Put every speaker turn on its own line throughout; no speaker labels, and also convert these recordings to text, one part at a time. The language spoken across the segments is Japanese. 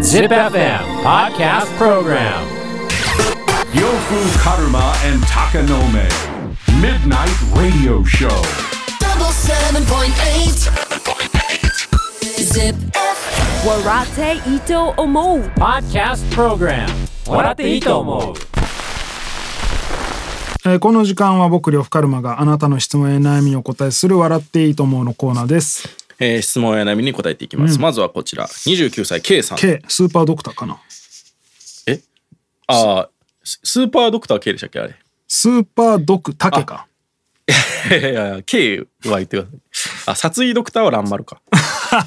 Zip FM Podcast Program
Yofu Karuma and Takanome. Midnight Radio Show.
double seven point eight. Zip.
Warate Ito Omo.
Podcast Program 笑っていいと思う
えーこの時間は僕、呂布カルマがあなたの質問や悩みにお答えする笑っていいと思うのコーナーです。
えー質問や悩みに答えていきます。まずはこちら、29歳 K さん。
K、スーパードクターかな。
えああ、ススーパードクター K でしたっけあれ。
スーパードクタケか。
いやいや、K は言ってください。あ、殺意ドクターはランマルか。
懐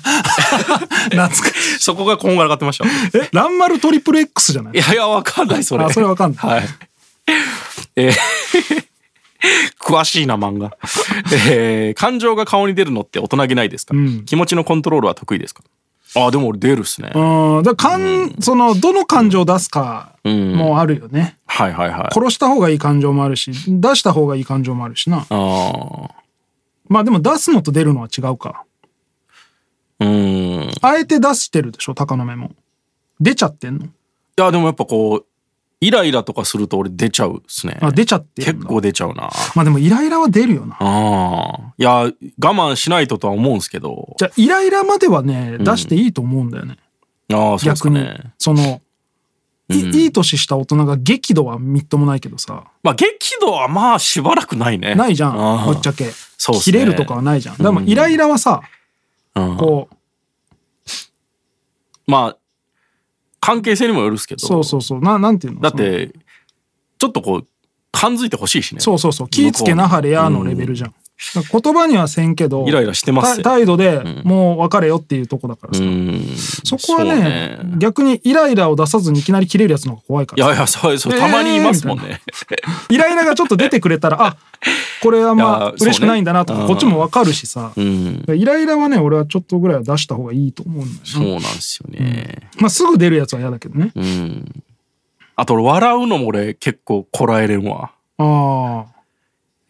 かしい。
そこがこんがらがってました。い
え、ランマルトリプル X じゃない
やいや、わかんない、それ。
あ、それわかんない。
はい。えー 詳しいな漫画、えー感情が顔に出るのって大人げないですか、気持ちのコントロールは得意ですかあーでも俺出るっすね、
うん、だからかん、その、どの感情を出すかもあるよね。
はいはいはい
殺した方がいい感情もあるし、出した方がいい感情もあるしな。
あ
まあでも出すのと出るのは違うか。
ーうーんい
あえて出してるでしょ、高野目も。出ちゃってんの
やでもやっぱこうイライラとかすると俺出ちゃうっすね
あ、出ちゃってるん
結
だ。
構出ちゃうな
まあでもイライラは出るよな。
あーいや我慢しないととは思うんすけど
じゃあイライラまではね、出していいと思うんだよね。
ああそうっす
逆
か
に。
ね
その、いいい年した大人が激怒はみっともないけどさ、
まあ激怒はまあしばらくないね
ないじゃん、
あ
ぶっ
ー
ちゃけ。
そうっす
切れ
ね
るとかはないじゃん。でもイライラはさ、こう、
まあ関係性にもよるっすけど
そうそうそう、ななんていうの
だって、ちょっとこう、感づいてほしいしね。
そうそうそう、気ぃつけなはれやのレベルじゃん。だから言葉にはせんけど、
イライラしてますよ
た態度でもう別れよっていうとこだからさ。
うん。
そこは
そう
ね
ね
逆にイライラを出さずにいきなり切れるやつの方が怖いか
い
ら
やいや、そうそう、たまにいますもんね。
イライラがちょっと出てくれたらあこれはま
い
あ
やそうね
嬉しくないんだなとか、
うん
こっちもわかるしさ、
うん。
イライラはね俺はちょっとぐらいは出した方がいいと思うんだよ
そう
ね、
なんですよね。
まあ、すぐ出るやつは嫌だけどね、
うん。あと、俺笑うのも俺結構こらえれんわ。
ああ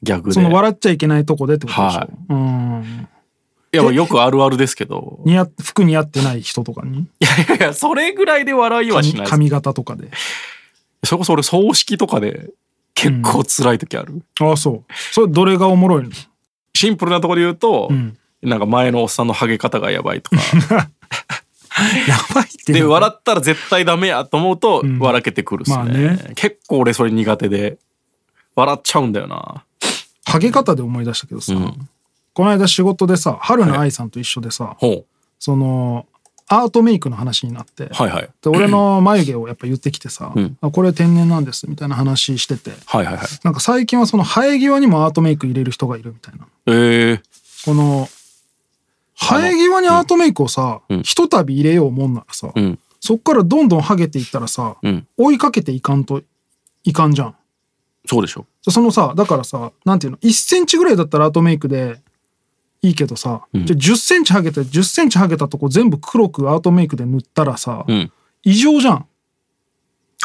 逆で。
その笑っちゃいけないとこでってことでしょ、
はい
うん
いや、よくあるあるですけど。
似合っ服似合ってない人とかに
いやいや、それぐらいで笑いはしないです。
髪型とかで
それこそ俺、葬式とかで結構辛い時ある。
ああそうそれどれがおもろいの
シンプルなところで言うと、
ん
なんか前のおっさんのハゲ方がや ばいとか。
やばいって
で
なんか
笑ったら絶対ダメやと思うと笑けてくるっすね,、
まあね
結構俺それ苦手で笑っちゃうんだよな
ハゲ方で思い出したけどさ、この間仕事でさ春菜愛さんと一緒でさ、
ほ
そのアートメイクの話になって、
うはいはい
で俺の眉毛をやっぱ言ってきてさ、あこれ天然なんですみたいな話してて
はいはいはい
なんか最近はその生え際にもアートメイク入れる人がいるみたいな
えー、
この生え際にアートメイクをさ、ひとたび入れようもんならさ、
ん
そっからどんどんハゲていったらさ、
ん
追いかけていかんといかんじゃん。
そうでしょ
そのさだからさなんていうの1センチぐらいだったらアートメイクでいいけどさ、じゃあ10センチはげて10センチはげたとこ全部黒くアートメイクで塗ったらさ、
ん
異常じゃん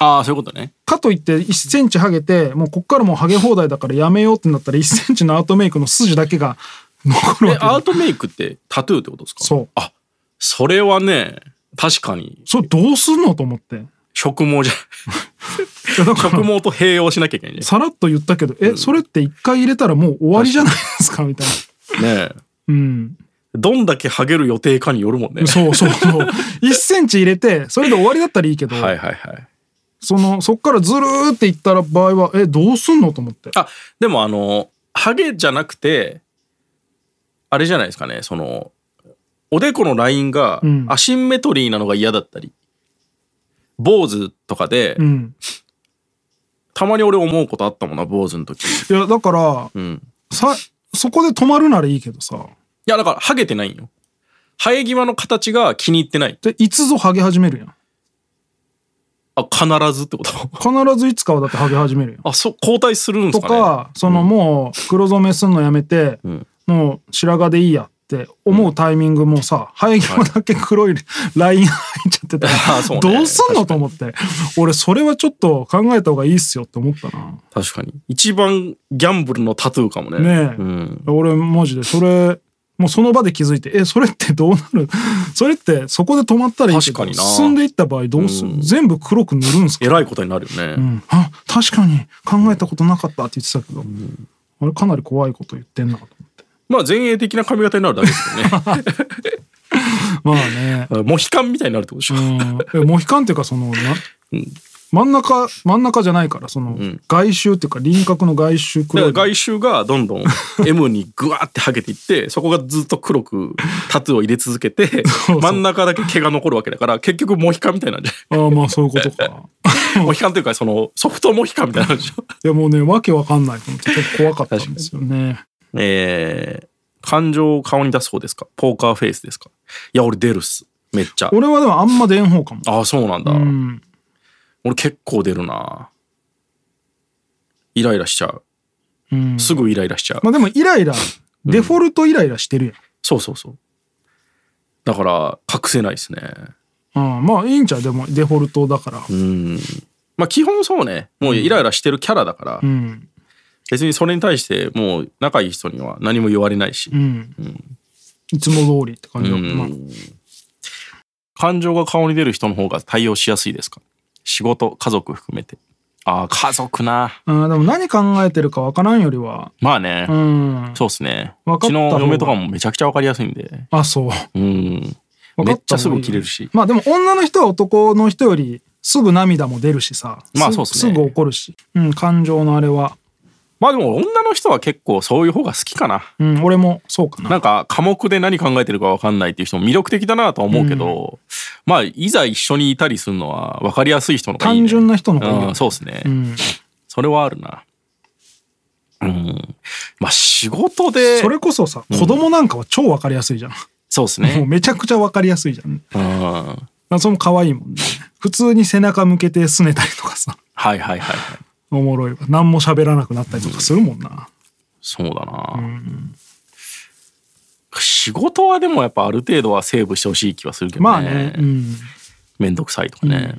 ああそういうことね
かといって1センチはげてもうこっからもうはげ放題だからやめようってなったら1センチのアートメイクの筋だけが 残る
え
わけ
アー
だ
トメイクってタトゥーってことですか
そう
あそれはね確かに
それどうすんのと思ってい
植毛じゃ
や だか
植
ら
毛と併用しなきゃいけないね
さらっと言ったけど「えそれって1回入れたらもう終わりじゃないですか」みたいな。
ねえ
うん
どんだけハゲる予定かによるもんね
そうそうそう1センチ入れてそれで終わりだったらいいけど、
はいはいはい
そのそっからずるーっていったら場合はえどうすんのと思って
あでもあのハゲじゃなくてあれじゃないですかねそのおでこのラインが
ん
アシンメトリーなのが嫌だったり、坊主とかで、
うん
たまに俺思うことあったもんな坊主の時、
いやだから
うん、
さそこで止まるならいいけどさ
いやだからハゲてないんよ生え際の形が気に入ってない
でいつぞハゲ始めるやん
あ必ずってこと
必ずいつかはだってハゲ始めるやん
あそう交代するんす
と
かね
かそのもう黒染めすんのやめて、もう白髪でいいやって思うタイミングもさ生え際だけ黒いライン 入っちゃってたら
あそうね
どうすんのと思って俺それはちょっと考えた方がいいっすよって思ったな。
確かに一番ギャンブルのタトゥーかもね
ねえ、
うん、
俺マジでそれもうその場で気づいて、え、それってどうなる それってそこで止まったらいいけど
確かにな
進んでいった場合どうする、
うん
全部黒く塗るんすか
えらいことになるよね、
うん、あ確かに考えたことなかったって言ってたけど、あれかなり怖いこと言ってんなと思って
まあ前衛的な髪型になるだけですよ ね
まあね
あモヒカンみたいになるってことでしょ、
うんえモヒカンっていうかそ のな、真ん中真ん中じゃないからその外周っていうか輪郭の外周く
だ
ら
か
い
ら外周がど んどん M にグワーってはげていってそこがずっと黒くタトゥーを入れ続けて
う
真ん中だけ毛が残るわけだから結局モヒカンみたいなんじゃ
ああまあそういうことか
ないモヒカンというかそのソフトモヒカンみたいなんでしょ
いやもうねわけわかんないと思ってちょっと怖かったんですよね
えー、感情を顔に出す方ですかポーカーフェイスですかいや俺出るっすめっちゃ
俺はでもあんま出ん方かも
ああそうなんだ、
うん
俺結構出るなイライラしちゃう
うん
すぐイライラしちゃう、
まあでもイライラデフォルトイライラしてる
そうそうそうだから隠せないですね
やん、うん、まあいいんちゃうでもデフォルトだから
うんまあ基本そうねもうイライラしてるキャラだから、
うん
別にそれに対してもう仲いい人には何も言われないし、
うん、いつも通りって感じだもんな、
感情が顔に出る人の方が対応しやすいですか仕事家族含めてああ家族な
うん、でも何考えてるかわからんよりは、
まあね、
うん。
そうっすね
分
う
かっ
ち
た方が
の嫁とかもめちゃくちゃ分かりやすいんで
あ、そう。
うんめっちゃすぐ切れるし
まあでも女の人は男の人よりすぐ涙も出るしさ。
まあ
ぐ
そうっすね
ぐ怒るし。うん、感情のあれは。
まあでも女の人は結構そういう方が好きかな
うん、俺もそうかな。
なんか科目で何考えてるか分かんないっていう人も魅力的だなとは思うけど、まあいざ一緒にいたりするのは分かりやすい人の方がいい、
単
ね、
純な人の方がいいよ
うんそうですね、
うん。
それはあるなうんまあ仕事で
それこそさ、子供なんかは超わかりやすいじゃん。
そうです
もう
ね
めちゃくちゃわかりやすいじゃん。
うんはい
まあそれも可愛いもんね。普通に背中向けて拗ねたりとかさ。
はいはいはい
おもろいわ。何も喋らなくなったりとかするもんな。
そうだな、仕事はでもやっぱある程度はセーブしてほしい気はするけどね
まあね、うん。
めんどくさいとかね、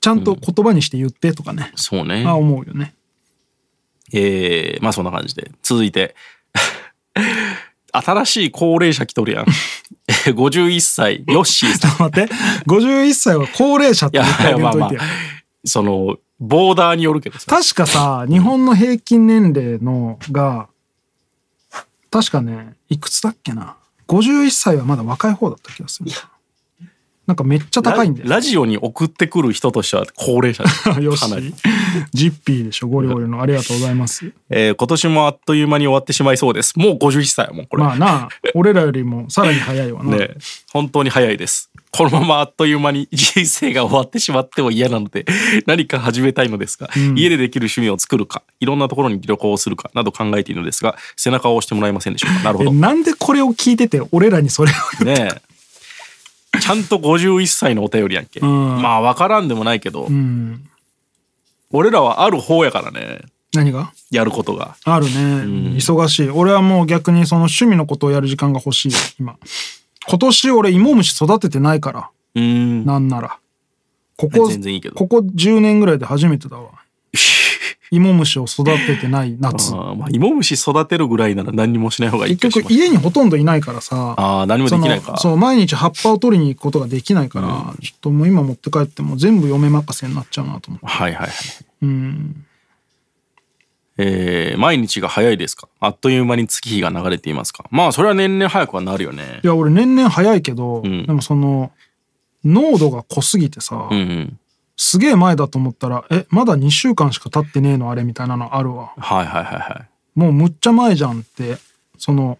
ちゃんと言葉にして言ってとかね。
そうね
あ思うよね。
えー、まあそんな感じで。続いて。 新しい高齢者来とるやん。 えー51歳、ヨッシー さん。い
待って、51歳は高齢者って
や
言ってあ、げん
まあ
とい
まあ
てよ。、
その、ボーダーによるけどさ。
確かさ、日本の平均年齢のが、確かね、いくつだっけな。51歳はまだ若い方だった気がするな。なんかめっちゃ高いんだよ。
ララジオに送ってくる人としては高齢者です。
よし
かなり。
ジッピーでしょ、ゴリゴリ の。ありがとうございます。
えー今年もあっという間に終わってしまいそうです。もう51歳やもん、これ。
まあなあ、俺らよりもさらに早いわな。
ね、本当に早いです。このままあっという間に人生が終わってしまっても嫌なので 何か始めたいのですが、家でできる趣味を作るかいろんなところに旅行をするかなど考えているのですが背中を押してもらえませんでしょうかなるほ
え
ど
なんでこれを聞いてて、俺らに それを言う
ねえちゃんと51歳のお便りやんけ、
ん
まあ分からんでもないけど、
うん。
俺らはある方やからね
何が
やることが
あるね、忙しい俺はもう逆にその趣味のことをやる時間が欲しい今今年俺芋虫育ててないから
うーん
なんならここ
全然いいけど
ここ10年ぐらいで初めてだわ芋虫を育ててない夏
あーまあ芋虫育てるぐらいなら何にもしない方がいい
結
気がしま
局
す
家にほとんどいないからさ
あー何もできない
そ
か
のそう毎日葉っぱを取りに行くことができないから、ちょっともう今持って帰っても全部嫁任せになっちゃうなと思って
はいはいはい。えー毎日が早いですかあっという間に月日が流れていますかまあそれは年々早くはなるよね
い。や俺年々早いけど、
ん
でもその濃度が濃すぎてさ、
うんうん。
すげえ前だと思ったら、え、まだ2週間しか経ってねえのあれみたいなのあるわ。
はいはいはいはい。
もうむっちゃ前じゃんって、その、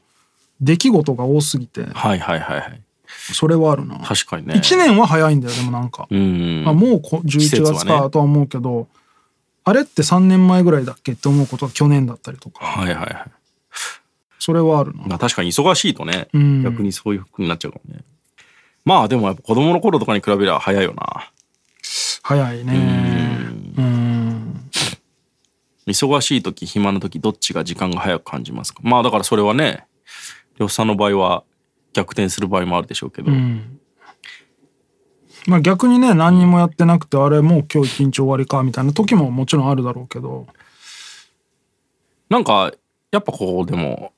出来事が多すぎて、
はいはいはいはい。
それはあるな。
確かにね。
1年は早いんだよ、でもなんか。
うん
あもうこ11
節
月
はね
かとは思うけど、あれって3年前ぐらいだっけって思うことが去年だったりとか、
はいはいはい。
それはあるな。
まあ確かに忙しいとね、
ん
逆にそういう風になっちゃうかもね。まあでもやっぱ子供の頃とかに比べれば早いよな。
早いね。
忙しい時暇な時どっちが時間が早く感じますかまあだからそれはね呂布さんの場合は逆転する場合もあるでしょうけど、
まあ逆にね、何にもやってなくて、あれもう今日一日終わりかみたいな時ももちろんあるだろうけど、
なんかやっぱこうでも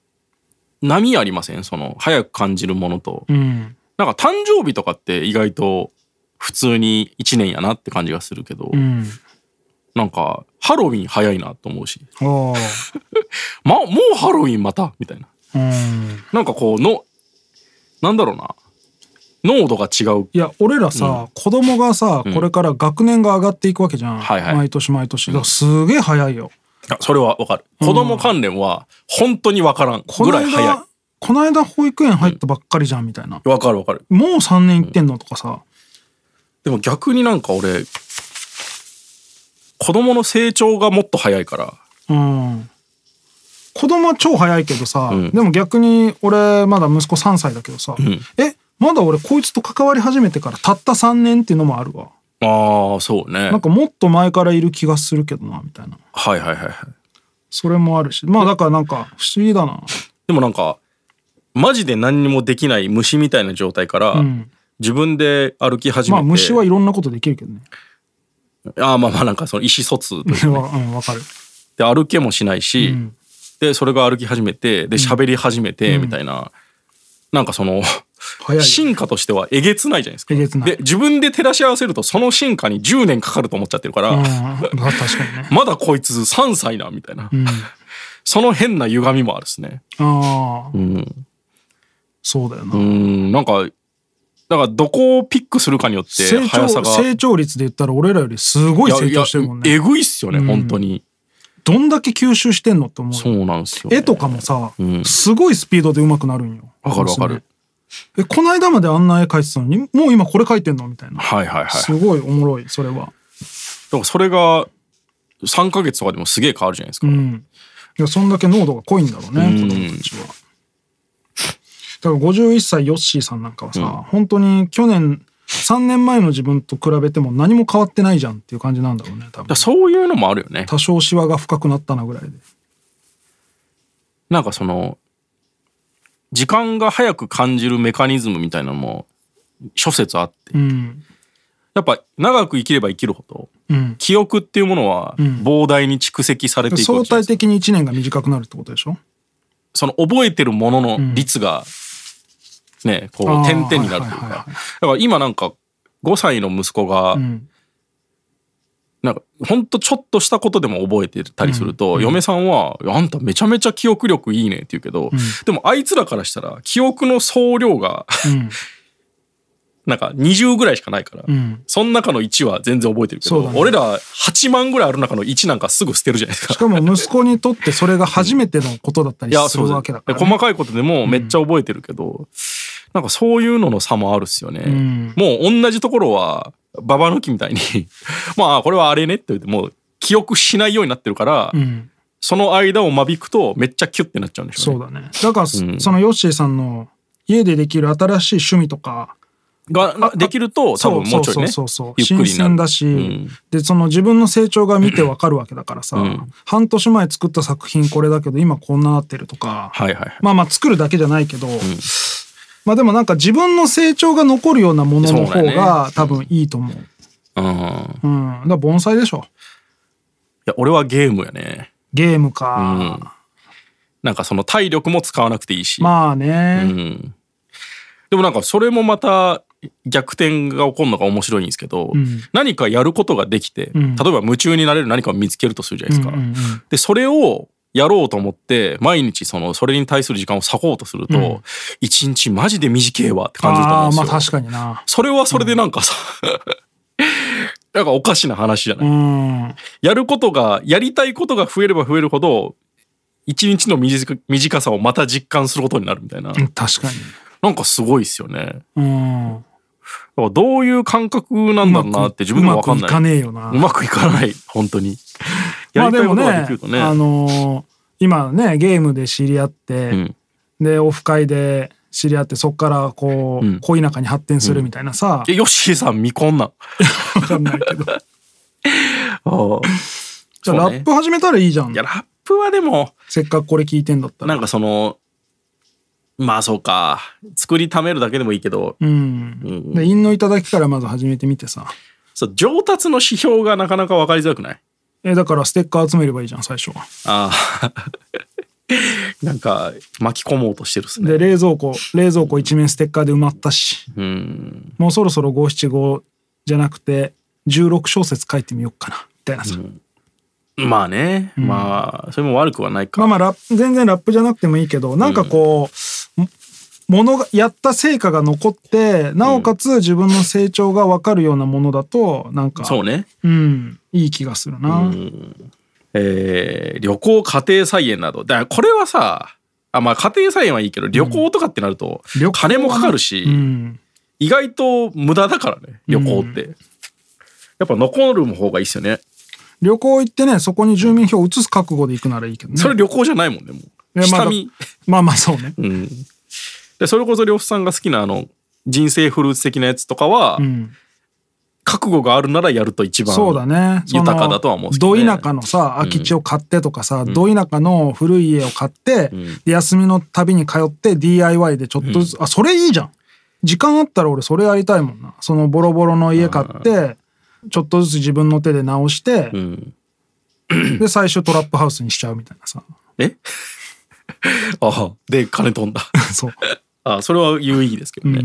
波ありませんその早く感じるものと、
うん。
なんか誕生日とかって意外と普通に1年やなって感じがするけど、
うん。
なんかハロウィン早いなと思うし、
おー
ま、もうハロウィンまたみたいな
うん。
なんかこうのなんだろうな濃度が違う
いや俺らさ、子供がさこれから学年が上がっていくわけじゃん、
はいはい
毎年毎年だからすげえ早いよ
あそれはわかる子供関連は本当にわからん
こ
ぐ
の
らい早い
間この間保育園入ったばっかりじゃんみたいな、
わかるわかる
もう3年行ってんのとかさ、
でも逆になんか俺子供の成長がもっと早いから
うん子供は超早いけどさ、
ん
でも逆に俺まだ息子3歳だけどさ、えまだ俺こいつと関わり始めてからたった3年っていうのもあるわ
ああそうね
なんかもっと前からいる気がするけどなみたいな
はいはいはいはい
それもあるしまあだからなんか不思議だな
でもなんかマジで何にもできない虫みたいな状態から、
うん
自分で歩き始め
まあ
て
虫はいろんなことできるけどね
あーまあまあなんかその意思疎通というか
うんわかる
で歩けもしないし、
ん
でそれが歩き始めてで喋り始めてみたいな、なんかその
早いよ
進化としてはえげつないじゃないですか
えげつない
で自分で照らし合わせるとその進化に10年かかると思っちゃってるから、
うん確かにね
まだこいつ3歳なみたいな、その変な歪みもあるですね
ああ
うん
そうだよな、
うんなんかだからどこをピックするかによって
成
速さ
長
が
成長率で言ったら俺らよりすごい成長してるもん
いや
ね
いやえぐいっすよね、本当に
どんだけ吸収してんのって思うよ
そうなんですよ、
絵とかもさ、
ん
すごいスピードで上手くなるんよ。
わかるわかる
娘。え、この間まであんな絵描いてたのに、もう今これ描いてんのみたいな。
はいはいはい
すごいおもろい、それは。
だからそれが3ヶ月とかでもすげえ変わるじゃないですか、
うん。いや、そんだけ濃度が濃いんだろうね、子供たちは。だから51歳ヨッシーさんなんかはさ、本当に去年、3年前の自分と比べても何も変わってないじゃんっていう感じなんだろうね、多
だから
分。
そういうのもあるよね
多少シワが深くなったなぐらいで。
なんかその時間が早く感じるメカニズムみたいなのも諸説あって
うん。
やっぱ長く生きれば生きるほど
うん。
記憶っていうものは膨大に蓄積されていく
相
わけじゃ
対
ないですか
的に1年が短くなるってことでしょ
その覚えてるものの率がねこ
あ
う
ー
点々になると
は
いう
いはいはい
か
はい
だから今なんか5歳の息子が
うん。
なんかほんとちょっとしたことでも覚えてたりすると、嫁さんは「あんためちゃめちゃ記憶力いいね」って言うけど、でもあいつらからしたら記憶の総量が
うん。
なんか20ぐらいしかないから、
ん
その中の1は全然覚えてるけ
そ
ど、
うだね
俺ら8万ぐらいある中の1なんかすぐ捨てるじゃないですか
し。かも息子にとってそれが初めてのことだったり
いや
す
そ
る
うで
わけだから、
す細かいことでもめっちゃ覚えてるけど、なんかそういうのの差もあるっすよね、
ん
もう同じところはババ抜きみたいに まあこれはあれねって言ってもう記憶しないようになってるから、
うん、
その間を間引くとめっちゃキュッてなっちゃうんでし
そ
ょ
うう
ね
だねだからそ、そのヨッシーさんの家でできる新しい趣味とか
がな
あ
できると多分もうちょい
そうそう
ね
そうそう
ゆっく
新
りになる
鮮だし、
うん
でその自分の成長が見てわかるわけだからさ、
ん
半年前作った作品これだけど今こんななってるとか、
はいはいはい
まあまあ作るだけじゃないけど、まあでもなんか自分の成長が残るようなものの方
そうだ
が多分いいと思う。
うんい
うん、だから盆栽でしょ。
や俺はゲームやね
ゲームか。
なんかその体力も使わなくていいし、
まあね、
うん、でもなんかそれもまた逆転が起こるのが面白いんですけど、何かやることができて、例えば夢中になれる何かを見つけるとするじゃないですか。でそれをやろうと思って毎日そのそれに対する時間を割こうとすると、一日マジで短いわって感じると思
あ
うん
あ
です
ま
よ。
あ確かにな。
それはそれでなんかさ、 なんかおかしな話じゃない、
うん。
やることがやりたいことが増えれば増えるほど一日の短短さをまた実感することになるみたいな、
確か
なんかすごいですよねだか
に。うん。う
らどういう感覚なんだろうなって自分もわかん
ま
な
くい
い
かねえよな。
うまくいかない本当に
ま
や
あ
り
で
たい
も
ことがで
ね
きるとね,、、
あのー今ね、ゲームで知り合って、
ん
で、オフ会で知り合って、そっからこう、恋仲に発展するみたいなさ、
えヨッシーさん未婚なん
わかんないけど。 じ
あ
ゃあラップ始めたらいいじゃん
い。やラップはでも
せっかくこれ聞いてんだったら。
なんかそのまあそうか作りためるだけでもいいけど、
うん。で、韻の頂きからまず始めてみてさ。
そう上達の指標がなかなか分かりづらくない
え、だからステッカー集めればいいじゃん、最初は。
ああ なんか巻き込もうとしてるっすね
で冷蔵庫冷蔵庫一面ステッカーで埋まったし
うん
もうそろそろ五七五じゃなくて16小節書いてみようかなみたいなさ、
まあね、まあそれも悪くはないか
まあまあラップ全然ラップじゃなくてもいいけどなんかこう、もものがやった成果が残ってなおかつ自分の成長が分かるようなものだとなんか
そうね
うん、いい気がするな、
えー旅行家庭菜園などだからこれはさあまあ家庭菜園はいいけど旅行とかってなると
旅行はね
金もかかるし、
うん
意外と無駄だからね旅行って、やっぱ残る方がいいっすよね
旅行行ってねそこに住民票移す覚悟で行くならいいけどね
それ旅行じゃないもんねもう
いやまあ
下見、
まあまあそうね、
うん、でそれこそ呂布さんが好きなあの人生フルーツ的なやつとかは、
うん、
覚悟があるならやると一番
そうだねその
豊かだとは思うんですけ
ど
どね
田舎のさ空き地を買ってとかさ、ど田舎の古い家を買って、で休みの旅に通って DIY でちょっとずつ、あそれいいじゃん時間あったら俺それやりたいもんなそのボロボロの家買ってちょっとずつ自分の手で直して、
ん
で最終トラップハウスにしちゃうみたいな さ
えああで金飛んだ
そう
ああそれは有意義ですけどね、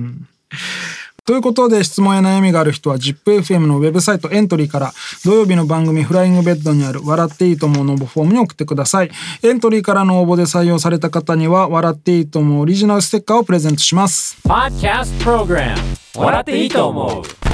ということで質問や悩みがある人は ZIPFM のウェブサイトエントリーから土曜日の番組「フライングベッド」にある「笑っていいと思う」の応募フォームに送ってくださいエントリーからの応募で採用された方には「笑っていいと思う」オリジナルステッカーをプレゼントします
Podcast Program 笑っていいと思う